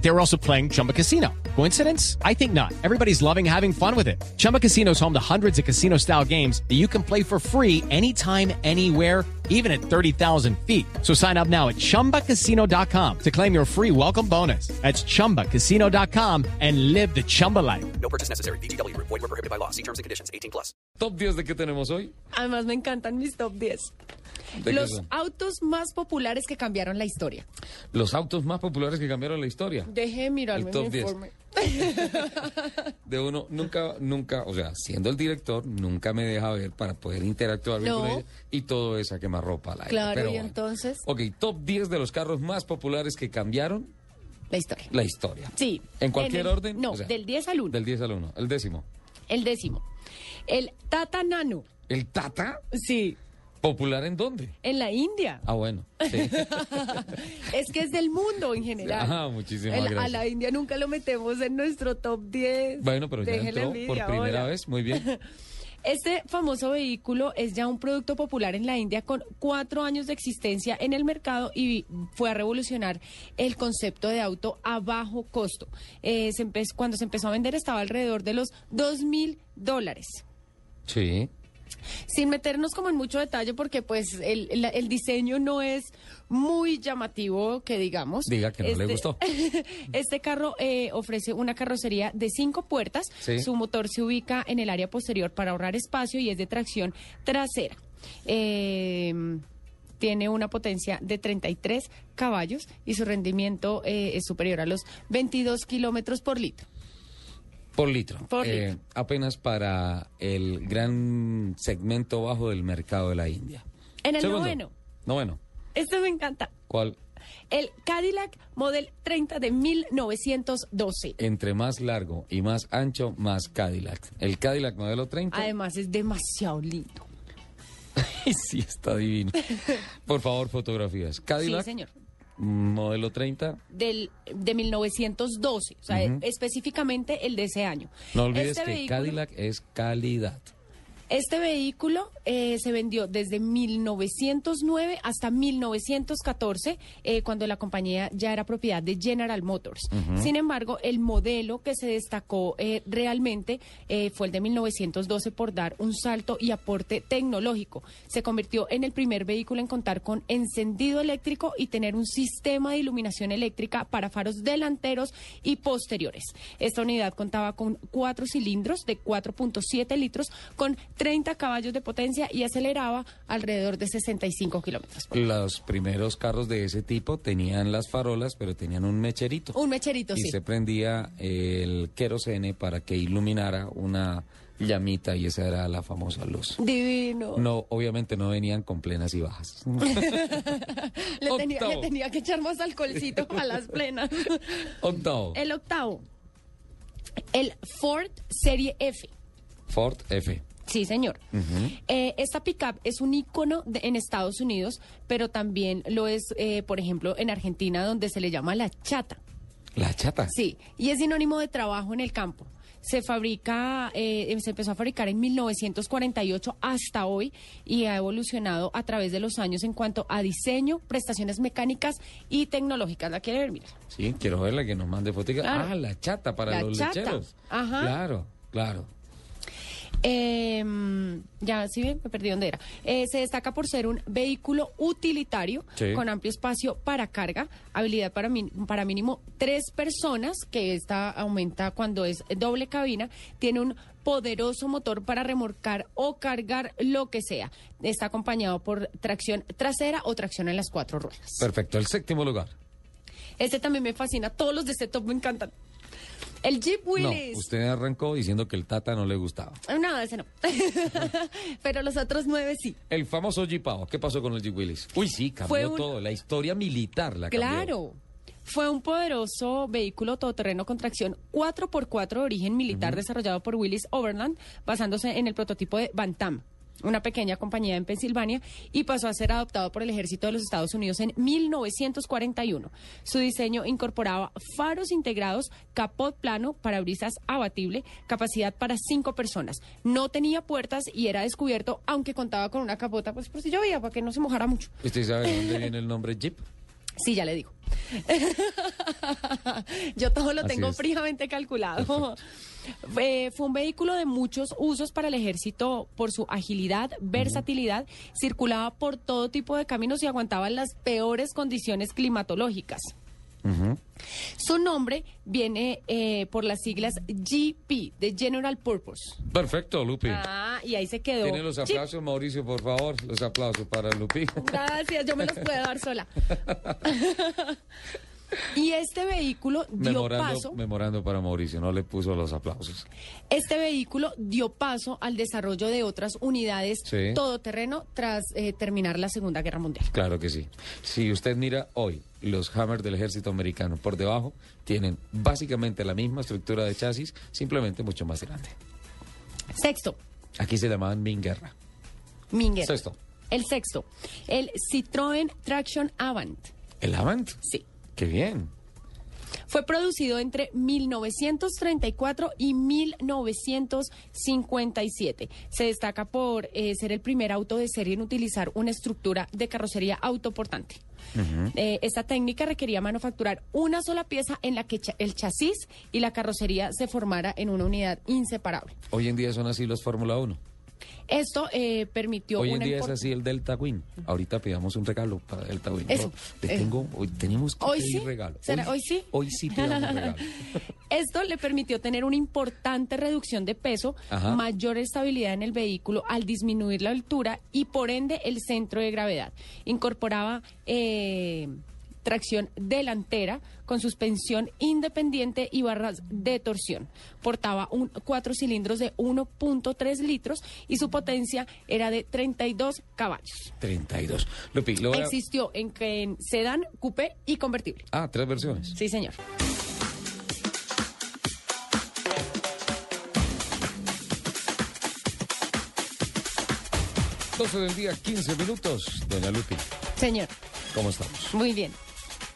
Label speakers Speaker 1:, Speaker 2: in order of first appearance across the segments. Speaker 1: They were also playing Chumba Casino. Coincidence? I think not. Everybody's loving having fun with it. Chumba Casino is home to hundreds of casino style games that you can play for free anytime, anywhere even at 30,000 feet. So sign up now at ChumbaCasino.com to claim your free welcome bonus. That's ChumbaCasino.com and live the Chumba life.
Speaker 2: No purchase necessary. BGW. Void were prohibited by law. See terms and conditions. 18 plus.
Speaker 3: Top 10 de qué tenemos hoy.
Speaker 4: Además, me encantan mis top 10.
Speaker 3: ¿De qué
Speaker 4: Los
Speaker 3: son?
Speaker 4: autos más populares que cambiaron la historia.
Speaker 3: Los autos más populares que cambiaron la historia.
Speaker 4: Deje de mirarme
Speaker 3: El top
Speaker 4: mi
Speaker 3: 10.
Speaker 4: informe.
Speaker 3: De uno, nunca, nunca, o sea, siendo el director, nunca me deja ver para poder interactuar bien
Speaker 4: No.
Speaker 3: con ella. Y todo es a quemarropa al aire.
Speaker 4: Claro,
Speaker 3: pero
Speaker 4: y
Speaker 3: bueno.
Speaker 4: entonces-
Speaker 3: Ok, top 10 de los carros más populares que cambiaron
Speaker 4: La historia.
Speaker 3: la historia.
Speaker 4: Sí.
Speaker 3: ¿En cualquier
Speaker 4: el-
Speaker 3: orden?
Speaker 4: No,
Speaker 3: O sea,
Speaker 4: del 10 al 1.
Speaker 3: Del 10 al 1. El décimo.
Speaker 4: El décimo. El Tata Nano.
Speaker 3: ¿El Tata?
Speaker 4: Sí.
Speaker 3: ¿Popular en dónde?
Speaker 4: En la India.
Speaker 3: Ah, bueno. Sí.
Speaker 4: Es que es del mundo en general.
Speaker 3: Ah, muchísimas
Speaker 4: El- A
Speaker 3: gracias.
Speaker 4: la India nunca lo metemos en nuestro top 10.
Speaker 3: bueno, pero ya
Speaker 4: Deje la
Speaker 3: entró por
Speaker 4: envidia
Speaker 3: primera
Speaker 4: ahora.
Speaker 3: vez. Muy bien.
Speaker 4: Este famoso vehículo es ya un producto popular en la India con cuatro años de existencia en el mercado y fue a revolucionar el concepto de auto a bajo costo. Eh, se empe- cuando se empezó a vender estaba alrededor de los dos mil dólares.
Speaker 3: Sí.
Speaker 4: Sin meternos como en mucho detalle porque pues el, la- el diseño no es muy llamativo que digamos.
Speaker 3: Diga que no le gustó.
Speaker 4: este carro eh, ofrece una carrocería de cinco puertas.
Speaker 3: Sí.
Speaker 4: Su motor se ubica en el área posterior para ahorrar espacio y es de tracción trasera. Eh, tiene una potencia de 33 caballos y su rendimiento eh, es superior a los 22 kilómetros por litro.
Speaker 3: Por litro.
Speaker 4: Por
Speaker 3: Eh,
Speaker 4: litro.
Speaker 3: Apenas para el gran segmento bajo del mercado de la India.
Speaker 4: En el
Speaker 3: Segundo.
Speaker 4: noveno,
Speaker 3: Noveno.
Speaker 4: esto me encanta,
Speaker 3: ¿Cuál?
Speaker 4: el Cadillac Model 30 de 1912.
Speaker 3: Entre más largo y más ancho, más Cadillac. El Cadillac modelo 30.
Speaker 4: Además es demasiado lindo.
Speaker 3: Ay, sí, está divino. Por favor, fotografías. Cadillac.
Speaker 4: Sí, señor.
Speaker 3: Modelo 30.
Speaker 4: Del, de 1912, o sea,
Speaker 3: Ujú.
Speaker 4: específicamente el de ese año.
Speaker 3: No olvides
Speaker 4: Este
Speaker 3: que
Speaker 4: vehículo-
Speaker 3: Cadillac es calidad.
Speaker 4: Este vehículo eh, se vendió desde 1909 hasta 1914, eh, cuando la compañía ya era propiedad de General Motors. Sin embargo, el modelo que se destacó eh, realmente eh, fue el de 1912 por dar un salto y aporte tecnológico. Se convirtió en el primer vehículo en contar con encendido eléctrico y tener un sistema de iluminación eléctrica para faros delanteros y posteriores. Esta unidad contaba con cuatro cilindros de 4.7 litros con 30 caballos de potencia y aceleraba alrededor de 65 kilómetros. por hora.
Speaker 3: Los primeros carros de ese tipo tenían las farolas, pero tenían un mecherito.
Speaker 4: Un mecherito,
Speaker 3: y
Speaker 4: sí.
Speaker 3: se prendía el querosene para que iluminara una llamita y esa era la famosa luz.
Speaker 4: Divino.
Speaker 3: No, obviamente no venían con plenas y bajas.
Speaker 4: Le, tenía, le
Speaker 3: Octavo.
Speaker 4: tenía que echar más alcoholcito a las plenas.
Speaker 3: Octavo,
Speaker 4: El octavo, el Ford Serie F.
Speaker 3: Ford F.
Speaker 4: Sí, señor. Eh, esta pickup es un icono de- en Estados Unidos, pero también lo es, eh, por ejemplo, en Argentina, donde se le llama la chata.
Speaker 3: La chata.
Speaker 4: Sí, y es sinónimo de trabajo en el campo. Se fabrica, eh, se empezó a fabricar en 1948 hasta hoy y ha evolucionado a través de los años en cuanto a diseño, prestaciones mecánicas y tecnológicas. ¿La quiere ver? Mira.
Speaker 3: Sí, quiero verla que nos mande fotica.
Speaker 4: Claro.
Speaker 3: Ah, la chata para
Speaker 4: La
Speaker 3: los
Speaker 4: chata.
Speaker 3: lecheros.
Speaker 4: Ajá.
Speaker 3: Claro, claro.
Speaker 4: Eh, ya, sí, ven, me perdí dónde era. Eh, se destaca por ser un vehículo utilitario
Speaker 3: Sí.
Speaker 4: con amplio espacio para carga, habilidad para, min- para mínimo tres personas, que esta aumenta cuando es doble cabina, tiene un poderoso motor para remorcar o cargar lo que sea. Está acompañado por tracción trasera o tracción en las cuatro ruedas.
Speaker 3: Perfecto, el séptimo lugar.
Speaker 4: Este también me fascina, todos los de este top me encantan. El Jeep Willys.
Speaker 3: No, usted arrancó diciendo que el tata no le gustaba.
Speaker 4: No, ese no. Pero los otros nueve sí.
Speaker 3: El famoso Jeepao. ¿Qué pasó con el Jeep Willis? Uy, sí,
Speaker 4: Fue
Speaker 3: cambió
Speaker 4: un-
Speaker 3: todo. La historia militar la cambió.
Speaker 4: Claro. Fue un poderoso vehículo todoterreno con tracción 4x4 de origen militar desarrollado por Willis Overland basándose en el prototipo de Bantam. una pequeña compañía en Pensilvania, y pasó a ser adoptado por el ejército de los Estados Unidos en 1941. Su diseño incorporaba faros integrados, capot plano, parabrisas abatible, capacidad para cinco personas. No tenía puertas y era descubierto, aunque contaba con una capota, pues por si llovía, para que no se mojara mucho.
Speaker 3: ¿Usted sabe de dónde viene el nombre Jeep?
Speaker 4: Sí, ya le digo. Yo todo lo
Speaker 3: Así
Speaker 4: tengo
Speaker 3: es.
Speaker 4: fríamente calculado. Eh, fue un vehículo de muchos usos para el ejército por su agilidad, versatilidad, circulaba por todo tipo de caminos y aguantaba las peores condiciones climatológicas. Su nombre viene eh, por las siglas GP, de General Purpose.
Speaker 3: Perfecto, Lupi.
Speaker 4: Ah, y ahí se quedó.
Speaker 3: Tiene los
Speaker 4: Jeep.
Speaker 3: aplausos, Mauricio, por favor. Los aplausos para Lupi.
Speaker 4: Gracias, yo me los puedo dar sola. Y este vehículo dio
Speaker 3: Memorando,
Speaker 4: paso,
Speaker 3: memorando para Mauricio, no le puso los aplausos.
Speaker 4: este vehículo dio paso al desarrollo de otras unidades
Speaker 3: Sí.
Speaker 4: todoterreno tras eh, terminar la Segunda Guerra Mundial.
Speaker 3: Claro que sí. Si usted mira hoy los Hammer del ejército americano por debajo, tienen básicamente la misma estructura de chasis, simplemente mucho más grande.
Speaker 4: Sexto,
Speaker 3: Aquí se llamaban Minguerra.
Speaker 4: Minguer.
Speaker 3: Sexto.
Speaker 4: El sexto, el Citroën Traction Avant.
Speaker 3: El Avant.
Speaker 4: Sí.
Speaker 3: Qué bien.
Speaker 4: Fue producido entre 1934 y 1957. Se destaca por eh, ser el primer auto de serie en utilizar una estructura de carrocería autoportante. Eh, esta técnica requería manufacturar una sola pieza en la que cha- el chasis y la carrocería se formara en una unidad inseparable.
Speaker 3: Hoy en día son así los Fórmula 1.
Speaker 4: Esto eh, permitió
Speaker 3: Hoy en
Speaker 4: una
Speaker 3: día es
Speaker 4: import-
Speaker 3: así el Delta Wing. Ahorita pidamos un regalo para Delta Wing.
Speaker 4: Eso. eh.
Speaker 3: No, te tengo- hoy tenemos que
Speaker 4: ¿Hoy
Speaker 3: pedir
Speaker 4: sí?
Speaker 3: regalo.
Speaker 4: ¿Será hoy sí?
Speaker 3: Hoy sí pidamos regalo.
Speaker 4: Esto le permitió tener una importante reducción de peso,
Speaker 3: Ajá.
Speaker 4: mayor estabilidad en el vehículo al disminuir la altura y por ende el centro de gravedad. Incorporaba eh, tracción delantera con suspensión independiente y barras de torsión. Portaba un, cuatro cilindros de 1.3 litros y su potencia era de 32 caballos.
Speaker 3: 32. Lupi, lo voy a-
Speaker 4: Existió en, en sedán, coupé y convertible.
Speaker 3: Ah, tres versiones.
Speaker 4: Sí, señor.
Speaker 3: Entonces del día, 15 minutos. Doña Lupi,
Speaker 4: Señor,
Speaker 3: ¿cómo estamos?
Speaker 4: muy bien.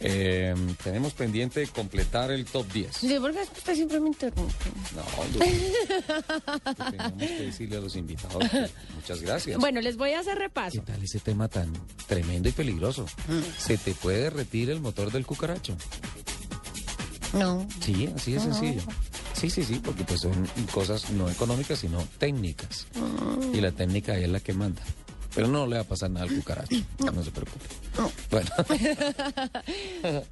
Speaker 3: Eh, tenemos pendiente de completar el top 10.
Speaker 4: Sí, porque usted siempre me interrumpe.
Speaker 3: No, Lupi. Tenemos que decirle a los invitados que muchas gracias.
Speaker 4: Bueno, les voy a hacer
Speaker 3: ¿Qué
Speaker 4: repaso.
Speaker 3: tal ese tema tan tremendo y peligroso?
Speaker 4: Mm.
Speaker 3: Se te puede derretir el motor del cucaracho.
Speaker 4: No.
Speaker 3: Sí, así de sencillo. Sí, sí, sí, porque pues son cosas no económicas, sino técnicas. Y la técnica es la que manda. Pero no le va a pasar nada al cucaracho, no, se preocupe. Bueno,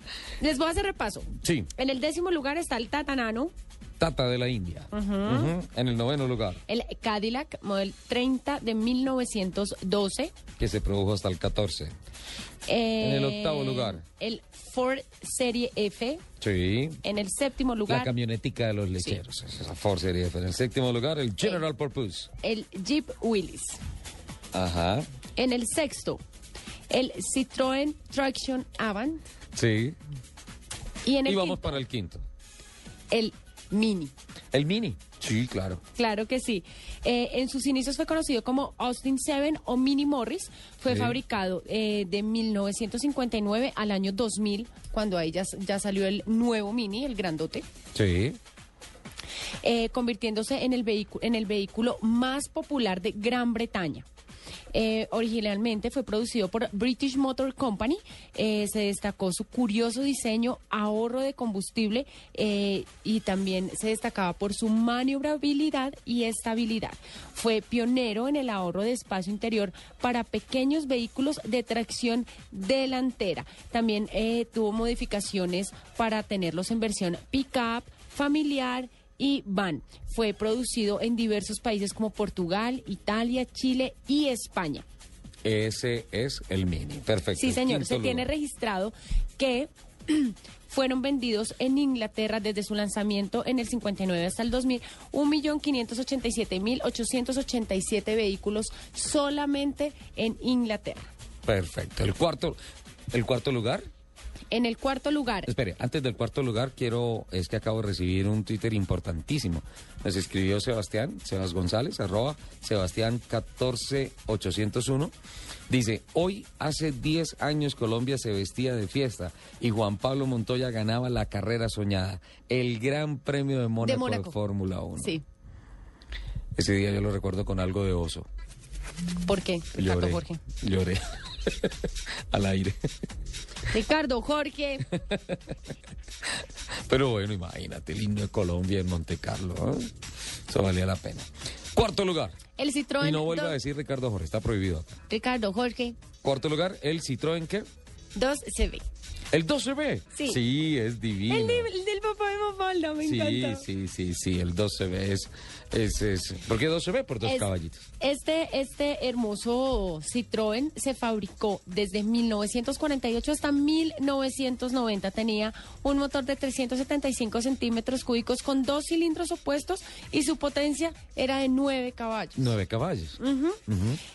Speaker 4: Les voy a hacer repaso.
Speaker 3: sí,
Speaker 4: En el décimo lugar está el Tatanano,
Speaker 3: Tata de la India. Ujú. En el noveno lugar,
Speaker 4: el Cadillac, modelo 30 de 1912.
Speaker 3: que se produjo hasta el 14. En el
Speaker 4: Eh,
Speaker 3: octavo lugar.
Speaker 4: El Ford Serie F.
Speaker 3: Sí,
Speaker 4: En el séptimo
Speaker 3: la
Speaker 4: lugar,
Speaker 3: camionetica de los lecheros. esa es la Ford Serie F. En el séptimo lugar, el General Purpose.
Speaker 4: el Jeep Willys.
Speaker 3: Ajá,
Speaker 4: En el sexto, el Citroën Traction Avant.
Speaker 3: sí.
Speaker 4: Y en el,
Speaker 3: Y vamos
Speaker 4: quinto,
Speaker 3: para el quinto.
Speaker 4: el Mini.
Speaker 3: El Mini. Sí, claro.
Speaker 4: Claro que sí. Eh, en sus inicios fue conocido como Austin 7 o Mini Morris. Fue
Speaker 3: Sí.
Speaker 4: fabricado eh, de 1959 al año 2000, cuando ahí ya, s- ya salió el nuevo Mini, el grandote,
Speaker 3: Sí.
Speaker 4: eh, convirtiéndose en el, vehicu- en el vehículo más popular de Gran Bretaña. Eh, originalmente fue producido por British Motor Company. Eh, se destacó su curioso diseño, ahorro de combustible eh, y también se destacaba por su maniobrabilidad y estabilidad. Fue pionero en el ahorro de espacio interior para pequeños vehículos de tracción delantera. También eh, tuvo modificaciones para tenerlos en versión pickup, familiar y van. Fue producido en diversos países como Portugal, Italia, Chile y España.
Speaker 3: Ese es el mini. Perfecto.
Speaker 4: Sí, señor,
Speaker 3: Quinto
Speaker 4: se tiene
Speaker 3: lugar.
Speaker 4: registrado que fueron vendidos en Inglaterra desde su lanzamiento en el 59 hasta el 2000 1.587.887 vehículos solamente en Inglaterra.
Speaker 3: Perfecto. El cuarto, el cuarto lugar.
Speaker 4: En el cuarto lugar,
Speaker 3: Espere, antes del cuarto lugar quiero, es que acabo de recibir un Twitter importantísimo. Nos escribió Sebastián, Sebas González, arroba Sebastián 14801. Dice, hoy hace 10 años Colombia se vestía de fiesta y Juan Pablo Montoya ganaba la carrera soñada, el gran premio de Mónaco de,
Speaker 4: Mónaco.
Speaker 3: Fórmula 1.
Speaker 4: sí.
Speaker 3: Ese día yo lo recuerdo con algo de oso.
Speaker 4: ¿Por qué? Ricardo
Speaker 3: Lloré,
Speaker 4: Jorge.
Speaker 3: lloré al aire.
Speaker 4: Ricardo Jorge,
Speaker 3: Pero bueno, imagínate, el himno de Colombia en Monte Carlo. ¿eh? Eso valía la pena. Cuarto lugar.
Speaker 4: el Citroën.
Speaker 3: Y no vuelva a
Speaker 4: dos-
Speaker 3: decir Ricardo Jorge, está prohibido acá.
Speaker 4: Ricardo Jorge
Speaker 3: Cuarto lugar, el Citroën que
Speaker 4: 2CB.
Speaker 3: el 12B.
Speaker 4: Sí.
Speaker 3: es divino.
Speaker 4: El, de- el del papá de Mafalda, me
Speaker 3: sí,
Speaker 4: encanta.
Speaker 3: sí, sí, sí, el 12B es, es, es. ¿Por qué 12B? Por dos
Speaker 4: Es-
Speaker 3: caballitos.
Speaker 4: Este, este hermoso Citroën se fabricó desde 1948 hasta 1990. Tenía un motor de 375 centímetros cúbicos con dos cilindros opuestos y su potencia era de 9 caballos.
Speaker 3: Nueve caballos.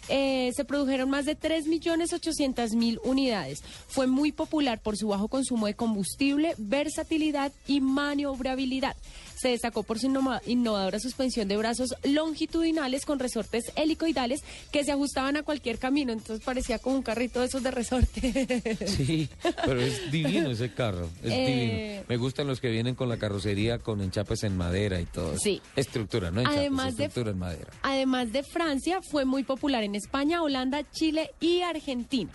Speaker 4: Eh, se produjeron más de 3.800.000 unidades. Fue muy popular por su bajo consumo de combustible, versatilidad y maniobrabilidad. Se destacó por su innoma- innovadora suspensión de brazos longitudinales con resortes helicoidales que se ajustaban a cualquier camino. Entonces parecía como un carrito de esos de resorte.
Speaker 3: Sí, pero es divino ese carro, es
Speaker 4: Eh.
Speaker 3: divino. Me gustan los que vienen con la carrocería con enchapes en madera y todo.
Speaker 4: Sí.
Speaker 3: Estructura, no enchapes,
Speaker 4: Además de-
Speaker 3: estructura en madera.
Speaker 4: Además de Francia, fue muy popular en España, Holanda, Chile y Argentina.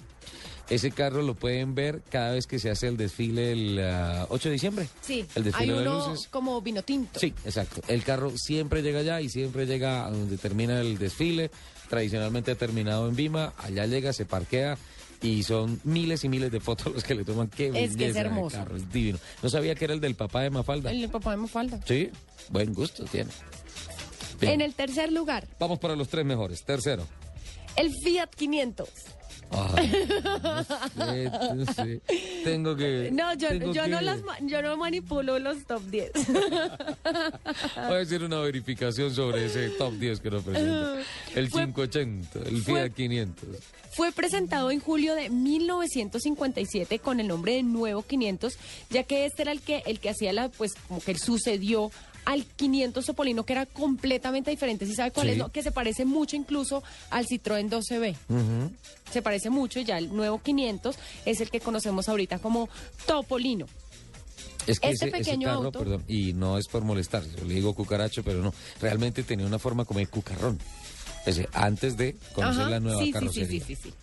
Speaker 3: Ese carro lo pueden ver cada vez que se hace el desfile el ah, 8 de diciembre.
Speaker 4: Sí,
Speaker 3: El
Speaker 4: hay
Speaker 3: desfile de
Speaker 4: uno
Speaker 3: luces.
Speaker 4: como vino tinto.
Speaker 3: Sí, exacto. El carro siempre llega allá y siempre llega a donde termina el desfile. Tradicionalmente ha terminado en Vima. Allá llega, se parquea y son miles y miles de fotos los que le toman. Qué
Speaker 4: Es que es
Speaker 3: belleza de
Speaker 4: hermoso.
Speaker 3: carro, es divino. No sabía que era el del papá de Mafalda.
Speaker 4: El papá de Mafalda.
Speaker 3: Sí, buen gusto tiene. Bien.
Speaker 4: En el tercer lugar,
Speaker 3: Vamos para los tres mejores. Tercero.
Speaker 4: el Fiat 500.
Speaker 3: Ay, no sé, no sé. Tengo que.
Speaker 4: No, yo,
Speaker 3: tengo
Speaker 4: yo, no
Speaker 3: que-
Speaker 4: las, ma- yo no manipulo los top 10.
Speaker 3: Voy a hacer una verificación sobre ese top 10 que nos presenta. El
Speaker 4: Fue-
Speaker 3: 580, el
Speaker 4: fue-
Speaker 3: Fiat 500.
Speaker 4: Fue presentado en julio de 1957 con el nombre de Nuevo 500, ya que este era el que, el que hacía la, pues, como que sucedió al 500 Sopolino, que era completamente diferente. ¿Sí sabe cuál
Speaker 3: Sí.
Speaker 4: es? no? Que se parece mucho incluso al Citroën 12B. Se parece mucho y ya el Nuevo 500 es el que conocemos ahorita como Topolino.
Speaker 3: Es que
Speaker 4: Este
Speaker 3: ese, ese
Speaker 4: pequeño
Speaker 3: carro,
Speaker 4: auto-
Speaker 3: perdón, y no es por molestar, yo le digo cucaracho, pero no, realmente tenía una forma como el cucarrón. Ese, antes de conocer
Speaker 4: Ajá,
Speaker 3: la nueva
Speaker 4: sí, sí,
Speaker 3: carrocería.
Speaker 4: Sí, sí, sí, sí.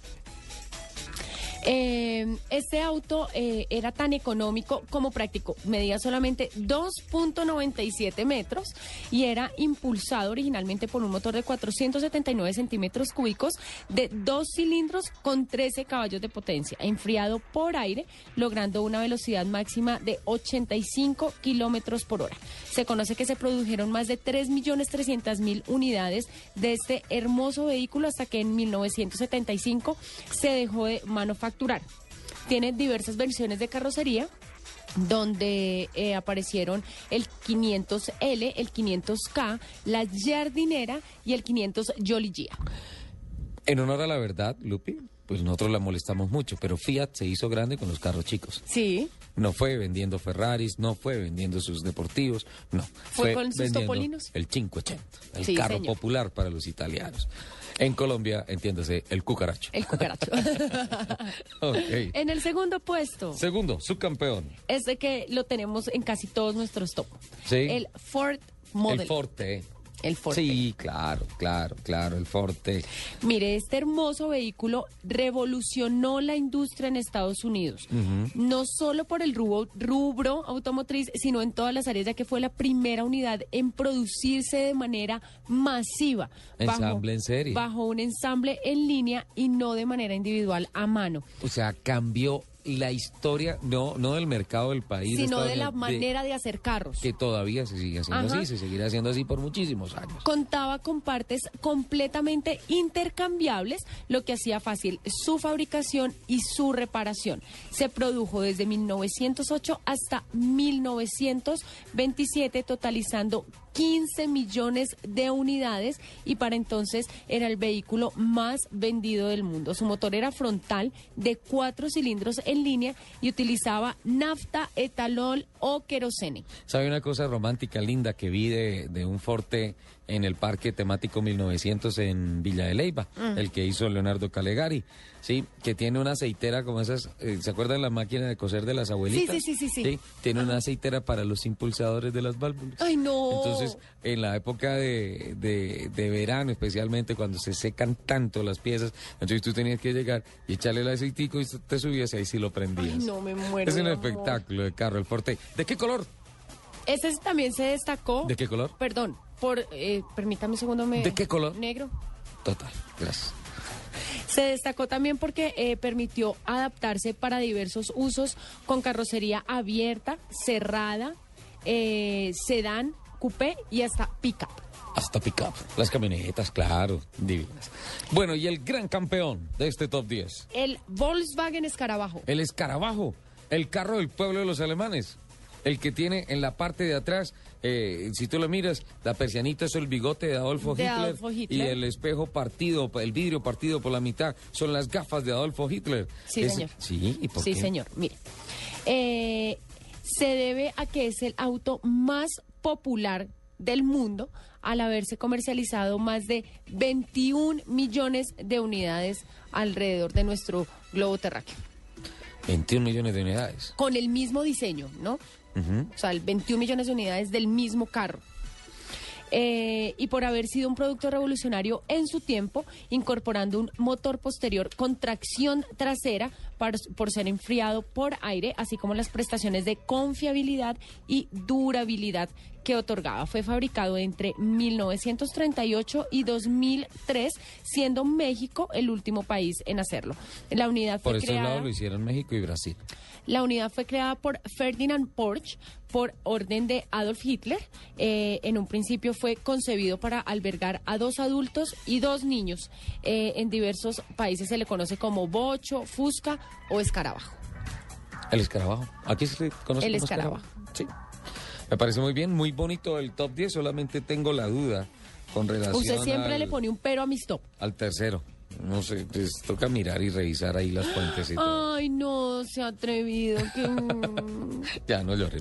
Speaker 4: Eh, este auto eh, era tan económico como práctico. Medía solamente 2.97 metros y era impulsado originalmente por un motor de 479 centímetros cúbicos de dos cilindros con 13 caballos de potencia, enfriado por aire, logrando una velocidad máxima de 85 kilómetros por hora. Se conoce que se produjeron más de 3.300.000 unidades de este hermoso vehículo hasta que en 1975 se dejó de manufacturar. Tiene diversas versiones de carrocería donde eh, aparecieron el 500L, el 500K, la Jardinera y el 500 Jolly Gia.
Speaker 3: En honor a la verdad, Lupi, pues nosotros la molestamos mucho, pero Fiat se hizo grande con los carros chicos.
Speaker 4: Sí,
Speaker 3: No fue vendiendo Ferraris, no fue vendiendo sus deportivos, no.
Speaker 4: Fue con sus
Speaker 3: vendiendo
Speaker 4: topolinos.
Speaker 3: El 580, el
Speaker 4: Sí,
Speaker 3: carro
Speaker 4: señor.
Speaker 3: popular para los italianos. En Colombia, entiéndase, el cucaracho.
Speaker 4: el cucaracho.
Speaker 3: Ok.
Speaker 4: en el segundo puesto
Speaker 3: Segundo, subcampeón.
Speaker 4: es de que lo tenemos en casi todos nuestros top.
Speaker 3: Sí.
Speaker 4: El Ford Model.
Speaker 3: El Forte.
Speaker 4: El Forte.
Speaker 3: Sí, claro, claro, claro, el Forte.
Speaker 4: Mire, este hermoso vehículo revolucionó la industria en Estados Unidos, no solo por el rubro, rubro automotriz, sino en todas las áreas, ya que fue la primera unidad en producirse de manera masiva.
Speaker 3: Ensamble en serie.
Speaker 4: Bajo un ensamble en línea y no de manera individual a mano,
Speaker 3: O sea, cambió la historia, no, no del mercado del país.
Speaker 4: sino
Speaker 3: Estados
Speaker 4: de la
Speaker 3: Unidos,
Speaker 4: manera de hacer carros.
Speaker 3: que todavía se sigue haciendo
Speaker 4: Ajá.
Speaker 3: así, se seguirá haciendo así por muchísimos años.
Speaker 4: contaba con partes completamente intercambiables, lo que hacía fácil su fabricación y su reparación. Se produjo desde 1908 hasta 1927, totalizando 15 millones de unidades y para entonces era el vehículo más vendido del mundo. Su motor era frontal de cuatro cilindros en línea y utilizaba nafta, etalol o querosene.
Speaker 3: ¿Sabe una cosa romántica, linda, que vi de, de un forte en el Parque Temático 1900 en Villa de Leyva,
Speaker 4: Mm.
Speaker 3: el que hizo Leonardo Calegari, ¿sí? Que tiene una aceitera como esas, eh, ¿se acuerdan la máquina de coser de las abuelitas?
Speaker 4: sí, sí, sí.
Speaker 3: Tiene una aceitera para los impulsadores de las válvulas.
Speaker 4: ¡Ay, no!
Speaker 3: Entonces, en la época de, de- de verano, especialmente cuando se secan tanto las piezas, entonces tú tenías que llegar y echarle el aceitico y te subías y ahí sí lo prendías.
Speaker 4: Ay, no, me muero
Speaker 3: Es un
Speaker 4: de amor.
Speaker 3: espectáculo de carro, el forte. ¿De qué color?
Speaker 4: Ese también se destacó.
Speaker 3: ¿De qué color?
Speaker 4: Perdón, por, eh, permítame un segundo. Me...
Speaker 3: ¿De qué color?
Speaker 4: Negro.
Speaker 3: Total, gracias.
Speaker 4: Se destacó también porque eh, permitió adaptarse para diversos usos con carrocería abierta, cerrada, eh, sedán, coupé y hasta pickup.
Speaker 3: Hasta pick-up. Las camionetas, claro, divinas. Bueno, y el gran campeón de este top 10,
Speaker 4: El Volkswagen Escarabajo.
Speaker 3: el escarabajo, el carro del pueblo de los alemanes. El que tiene en la parte de atrás, eh, si tú lo miras, la persianita es el bigote de Adolfo,
Speaker 4: De
Speaker 3: Hitler,
Speaker 4: Adolfo Hitler.
Speaker 3: y el espejo partido, el vidrio partido por la mitad, son las gafas de Adolfo Hitler.
Speaker 4: Sí,
Speaker 3: Es-
Speaker 4: señor.
Speaker 3: Sí, ¿y por
Speaker 4: Sí,
Speaker 3: qué?
Speaker 4: señor. Mire, eh, se debe a que es el auto más popular del mundo al haberse comercializado más de 21 millones de unidades alrededor de nuestro globo terráqueo.
Speaker 3: 21 millones de unidades.
Speaker 4: Con el mismo diseño, ¿no? O sea, el 21 millones de unidades del mismo carro. Eh, y por haber sido un producto revolucionario en su tiempo, incorporando un motor posterior con tracción trasera para- por ser enfriado por aire, así como las prestaciones de confiabilidad y durabilidad que otorgaba. Fue fabricado entre 1938 y 2003, siendo México el último país en hacerlo. La unidad fue
Speaker 3: Por estos
Speaker 4: creada-
Speaker 3: lados lo hicieron México y Brasil.
Speaker 4: la unidad fue creada por Ferdinand Porsche por orden de Adolf Hitler. Eh, en un principio fue concebido para albergar a dos adultos y dos niños. Eh, en diversos países se le conoce como bocho, fusca o escarabajo.
Speaker 3: El escarabajo. Aquí se conoce
Speaker 4: El
Speaker 3: como
Speaker 4: escarabajo.
Speaker 3: Sí. Me parece muy bien, muy bonito el top 10. Solamente tengo la duda con relación
Speaker 4: Usted siempre
Speaker 3: al,
Speaker 4: le pone un pero a mis top.
Speaker 3: al tercero. No sé, les toca mirar y revisar ahí las fuentes y todo.
Speaker 4: Ay, no, se ha atrevido. Que...
Speaker 3: Ya, no lloré.